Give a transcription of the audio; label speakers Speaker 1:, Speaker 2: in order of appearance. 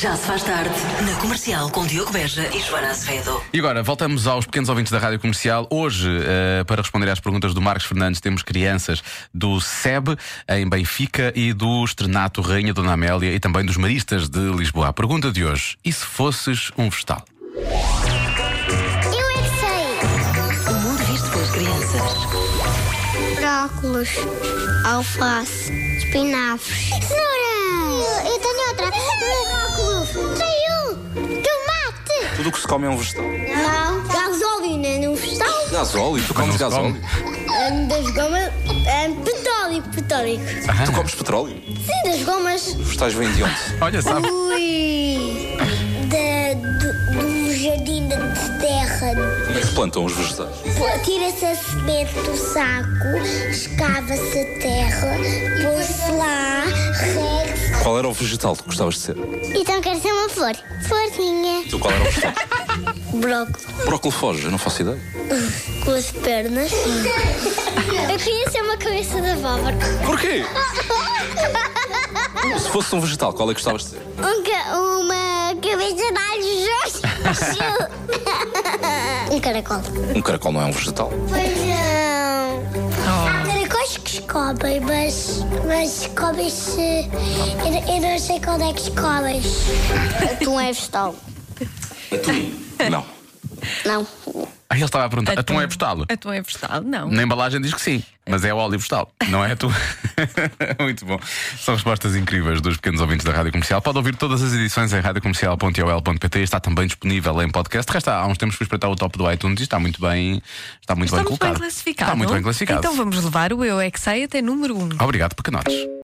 Speaker 1: Já se faz tarde na comercial com Diogo Beja e Joana Azevedo.
Speaker 2: E agora, voltamos aos pequenos ouvintes da Rádio Comercial. Hoje, eh, para responder às perguntas do Marcos Fernandes, temos crianças do SEB, em Benfica, e do Estrenato Rainha Dona Amélia e também dos Maristas de Lisboa. A pergunta de hoje: e se fosses um vegetal?
Speaker 3: Eu é que sei.
Speaker 1: O mundo visto pelas crianças.
Speaker 3: Brócolos, alface, espinafres. Cenoura! Eu, tenho outra. Brócolos. Tenho um. Tomate.
Speaker 4: Tudo o que se come é um vegetal.
Speaker 3: Não. Gasolina num vegetal.
Speaker 4: Gasóleo, tu comes
Speaker 2: Mas não se
Speaker 4: gasóleo.
Speaker 3: Das gomas. Petólico, petólico.
Speaker 4: Tu comes petróleo.
Speaker 3: Sim, das gomas.
Speaker 4: Os vegetais vêm de onde?
Speaker 2: Olha, sabe?
Speaker 3: Ui. Da, do, do jardim de terra.
Speaker 4: Como é que se plantam os vegetais?
Speaker 3: Tira-se a semente do saco, escava-se a terra, põe-se lá, rega-se.
Speaker 4: Qual era o vegetal que gostavas de ser?
Speaker 3: Então quero ser uma flor. Florzinha.
Speaker 4: Tu qual era o vegetal?
Speaker 3: Brócolis
Speaker 4: Brócolis foge, eu não faço ideia.
Speaker 3: com as pernas. Eu queria ser uma cabeça de abóbora.
Speaker 4: Porquê? Se fosse um vegetal, qual é que gostavas de ser?
Speaker 3: Um ca- uma cabeça de alhos Um caracol.
Speaker 4: Um caracol não é um vegetal.
Speaker 3: Pois não. Há caracóis que escobem, mas, mas escobem-se. Eu, eu não sei quando é que escobem. Atum é vegetal.
Speaker 4: Atum? Não.
Speaker 3: Não.
Speaker 2: Aí ele estava a perguntar: a tua é vegetal?
Speaker 5: Atum é vegetal, não.
Speaker 2: Na embalagem diz que sim, mas é o óleo vegetal, não é tu? Muito bom. São respostas incríveis dos pequenos ouvintes da Rádio Comercial. Pode ouvir todas as edições em radiocomercial.ol.pt. Está também disponível em podcast. De resto, há uns tempos fui espreitar o top do iTunes e está muito bem, está muito bem Então
Speaker 5: Estamos bem
Speaker 2: colocado.
Speaker 5: classificados.
Speaker 2: Está muito bem classificado.
Speaker 5: Então vamos levar o Eu É Que Sei até número 1. Um.
Speaker 2: Obrigado, pequenotes.